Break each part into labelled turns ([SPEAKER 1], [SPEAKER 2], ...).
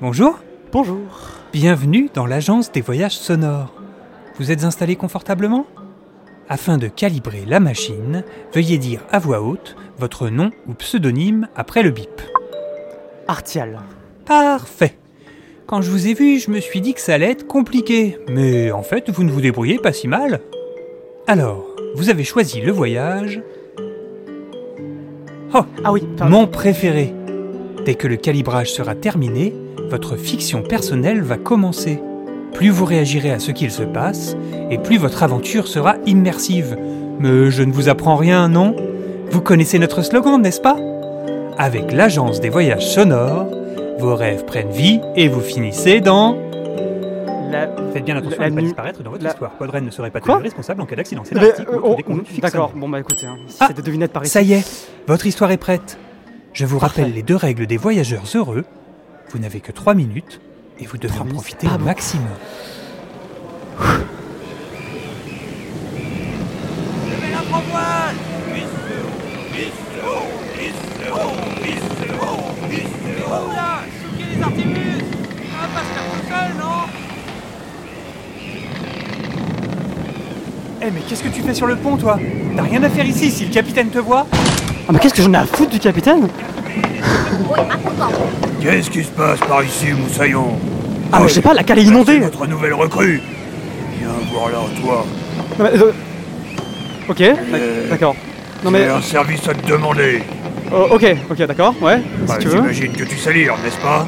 [SPEAKER 1] Bonjour,
[SPEAKER 2] Bonjour.
[SPEAKER 1] bienvenue dans l'agence des voyages sonores. Vous êtes installé confortablement Afin de calibrer la machine, veuillez dire à voix haute votre nom ou pseudonyme après le bip.
[SPEAKER 2] Artial.
[SPEAKER 1] Parfait. Quand je vous ai vu, je me suis dit que ça allait être compliqué, mais en fait, vous ne vous débrouillez pas si mal. Alors, vous avez choisi le voyage,
[SPEAKER 2] Ah oui, pardon.
[SPEAKER 1] mon préféré. Dès que le calibrage sera terminé, votre fiction personnelle va commencer. Plus vous réagirez à ce qu'il se passe, et plus votre aventure sera immersive. Mais je ne vous apprends rien, non Vous connaissez notre slogan, n'est-ce pas Avec l'agence des voyages sonores, vos rêves prennent vie et vous finissez dans...
[SPEAKER 2] La-
[SPEAKER 1] Faites bien attention
[SPEAKER 2] La
[SPEAKER 1] à ne pas
[SPEAKER 2] nu-
[SPEAKER 1] disparaître dans votre
[SPEAKER 2] la-
[SPEAKER 1] histoire. Podren ne serait pas
[SPEAKER 2] Quoi
[SPEAKER 1] tenu responsable en cas d'accident. C'est
[SPEAKER 2] Mais,
[SPEAKER 1] l'article
[SPEAKER 2] euh,
[SPEAKER 1] autre
[SPEAKER 2] oh,
[SPEAKER 1] décontenu fixe.
[SPEAKER 2] D'accord, bon bah écoutez, hein, si
[SPEAKER 1] Ah,
[SPEAKER 2] c'est des devinettes par ici.
[SPEAKER 1] Ça y est, votre histoire est prête. Je vous
[SPEAKER 2] Parfait.
[SPEAKER 1] rappelle les deux règles des voyageurs heureux. Vous n'avez que trois minutes et vous devez
[SPEAKER 2] Trois
[SPEAKER 1] en
[SPEAKER 2] minutes, Ah
[SPEAKER 1] profiter
[SPEAKER 2] pas
[SPEAKER 1] au
[SPEAKER 2] beaucoup.
[SPEAKER 1] maximum. Eh mais qu'est-ce que tu fais sur le pont toi T'as rien à faire ici si le capitaine te voit
[SPEAKER 2] Ah mais qu'est-ce que j'en ai à foutre du capitaine
[SPEAKER 3] Qu'est-ce qui se passe par ici, Moussaillon
[SPEAKER 2] Ah mais je sais pas, la cale est inondée
[SPEAKER 3] Notre nouvelle recrue Viens voir là, toi.
[SPEAKER 2] Non, mais, euh, Ok,
[SPEAKER 3] Euh,
[SPEAKER 2] d'ac- d'accord. Non mais,
[SPEAKER 3] J'ai un service à te demander.
[SPEAKER 2] euh, ok, ok, d'accord, ouais, si
[SPEAKER 3] Bah,
[SPEAKER 2] tu veux.
[SPEAKER 3] J'imagine que tu sais lire, n'est-ce pas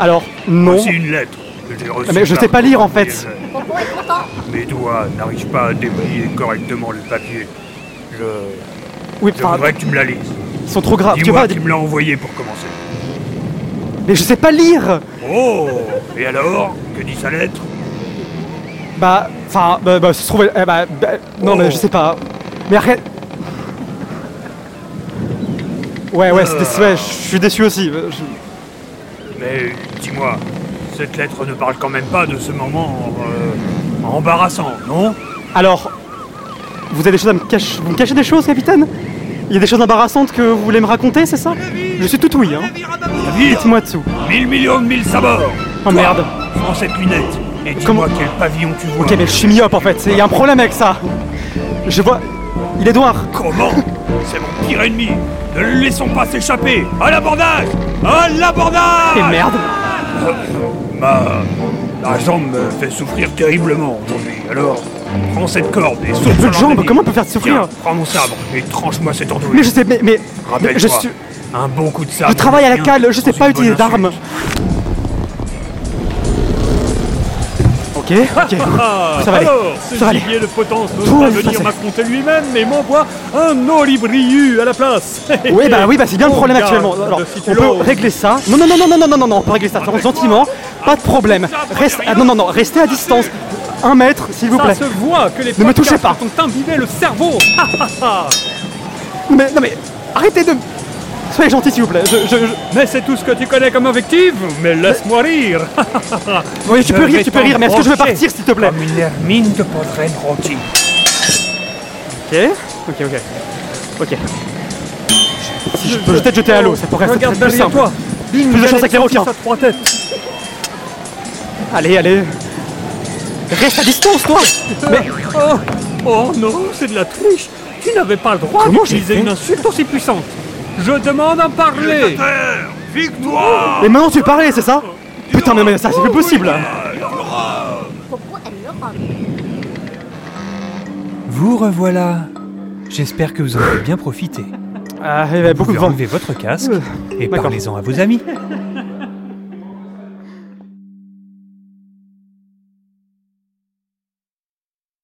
[SPEAKER 2] Alors, non,
[SPEAKER 3] Voici une lettre que j'ai reçue.
[SPEAKER 2] mais je
[SPEAKER 3] par
[SPEAKER 2] sais pas lire, en fait.
[SPEAKER 3] voyageur. Mes doigts n'arrivent pas à déplier correctement le papier. Je,
[SPEAKER 2] oui,
[SPEAKER 3] je
[SPEAKER 2] enfin,
[SPEAKER 3] voudrais que tu me la lises.
[SPEAKER 2] ils sont trop graves, tu vois,
[SPEAKER 3] Dis-moi qui me l'a envoyé pour commencer.
[SPEAKER 2] mais je sais pas lire
[SPEAKER 3] Oh Et alors Que dit sa lettre
[SPEAKER 2] Bah, enfin, bah, bah, si se trouve, elle- eh bah, bah, non mais
[SPEAKER 3] Oh.
[SPEAKER 2] je sais pas. Mais arrête Ouais, ouais, c'est déçu- ouais, je suis déçu aussi. euh, je-
[SPEAKER 3] Mais dis-moi, cette lettre ne parle quand même pas de ce moment euh, embarrassant, non
[SPEAKER 2] Alors, vous avez des choses à me cacher Vous me cachez des choses, capitaine Il y a des choses embarrassantes que vous voulez me raconter, c'est ça Je suis tout ouïe, hein.
[SPEAKER 3] Vite
[SPEAKER 2] Dites-moi dessous.
[SPEAKER 3] 1000 millions de mille sabords
[SPEAKER 2] Oh,
[SPEAKER 3] Toi,
[SPEAKER 2] merde.
[SPEAKER 3] Prends cette lunette et dis-moi
[SPEAKER 2] Comment-
[SPEAKER 3] quel pavillon tu vois.
[SPEAKER 2] Ok, mais je suis myope en fait, il y a un problème avec ça. Je vois. Il est noir.
[SPEAKER 3] Comment C'est mon pire ennemi Ne le laissons pas s'échapper À l'abordage À l'abordage
[SPEAKER 2] Et merde.
[SPEAKER 4] Bah,
[SPEAKER 3] Ma... ma jambe me fait souffrir terriblement aujourd'hui, alors... Prends cette corde et saute
[SPEAKER 2] peu
[SPEAKER 3] sur
[SPEAKER 2] de jambe,
[SPEAKER 3] l'ornanie.
[SPEAKER 2] comment on peut faire souffrir
[SPEAKER 3] Tiens, prends mon sabre et tranche-moi cette andouille.
[SPEAKER 2] Mais je sais, mais. mais
[SPEAKER 3] Rappelle-toi,
[SPEAKER 2] je suis.
[SPEAKER 3] un bon coup de sabre...
[SPEAKER 2] Je travaille à la
[SPEAKER 3] revient
[SPEAKER 2] cale, je sais
[SPEAKER 3] dans
[SPEAKER 2] pas
[SPEAKER 3] une
[SPEAKER 2] utiliser
[SPEAKER 3] bonne insulte.
[SPEAKER 2] d'armes. Ok, ok.
[SPEAKER 4] Ah,
[SPEAKER 2] Ça va aller.
[SPEAKER 4] Alors, ce
[SPEAKER 2] Ça va aller.
[SPEAKER 4] gibier de potence
[SPEAKER 2] Tout va
[SPEAKER 4] n'ose pas
[SPEAKER 2] passer.
[SPEAKER 4] venir m'affronter lui-même mais m'envoie un olibriu à la place.
[SPEAKER 2] Oui, bah oui, bah c'est bien le
[SPEAKER 4] On
[SPEAKER 2] problème
[SPEAKER 4] garde
[SPEAKER 2] actuellement. Alors,
[SPEAKER 4] de
[SPEAKER 2] on
[SPEAKER 4] Fitulo.
[SPEAKER 2] peut régler ça. Non, non, non, non, non, non, non, non, non, on peut régler ça. Gentiment, pas de problème. Reste, ah, non, non, non, restez à distance. Un mètre, s'il vous
[SPEAKER 4] Ça
[SPEAKER 2] plaît.
[SPEAKER 4] se voit que les
[SPEAKER 2] Ne me touchez
[SPEAKER 4] podcasts
[SPEAKER 2] pas.
[SPEAKER 4] ont imbibé le cerveau. Ah, ah, ah.
[SPEAKER 2] Mais non mais arrêtez de. Soyez gentil s'il vous plaît. Je, je, je-
[SPEAKER 4] mais c'est tout ce que tu connais comme invective. Mais laisse-moi rire.
[SPEAKER 2] Oui, tu
[SPEAKER 4] Je
[SPEAKER 2] peux
[SPEAKER 4] vais
[SPEAKER 2] rire, tu peux rire, mais est-ce que je veux
[SPEAKER 4] t'embrocher.
[SPEAKER 2] partir s'il te plaît
[SPEAKER 3] Comme une hermine de poitrine rôtie.
[SPEAKER 2] Ok, ok, ok. Ok. Si je peux peut-être jeter à l'eau, ça pourrait être
[SPEAKER 4] Oh, Regarde
[SPEAKER 2] plus
[SPEAKER 4] derrière
[SPEAKER 2] simple.
[SPEAKER 4] toi. Une
[SPEAKER 2] Plus de chance
[SPEAKER 4] galette
[SPEAKER 2] avec les requins.
[SPEAKER 4] saucisse à trois têtes.
[SPEAKER 2] Allez, allez. Reste à distance toi
[SPEAKER 4] Mais oh, oh non, c'est de la triche. Tu n'avais pas le droit
[SPEAKER 2] Comment j'ai
[SPEAKER 4] d'utiliser
[SPEAKER 2] fait
[SPEAKER 4] une insulte aussi puissante. Je demande à parler. Oh,
[SPEAKER 3] Victoire
[SPEAKER 2] Et maintenant tu veux parler, c'est ça Putain mais, mais ça c'est plus possible
[SPEAKER 1] Vous revoilà. J'espère que vous en avez bien profité.
[SPEAKER 2] Ah il y avait
[SPEAKER 1] Vous
[SPEAKER 2] beaucoup de
[SPEAKER 1] pouvez
[SPEAKER 2] vent.
[SPEAKER 1] enlever votre casque
[SPEAKER 2] Euh,
[SPEAKER 1] et
[SPEAKER 2] d'accord.
[SPEAKER 1] parlez-en à vos amis.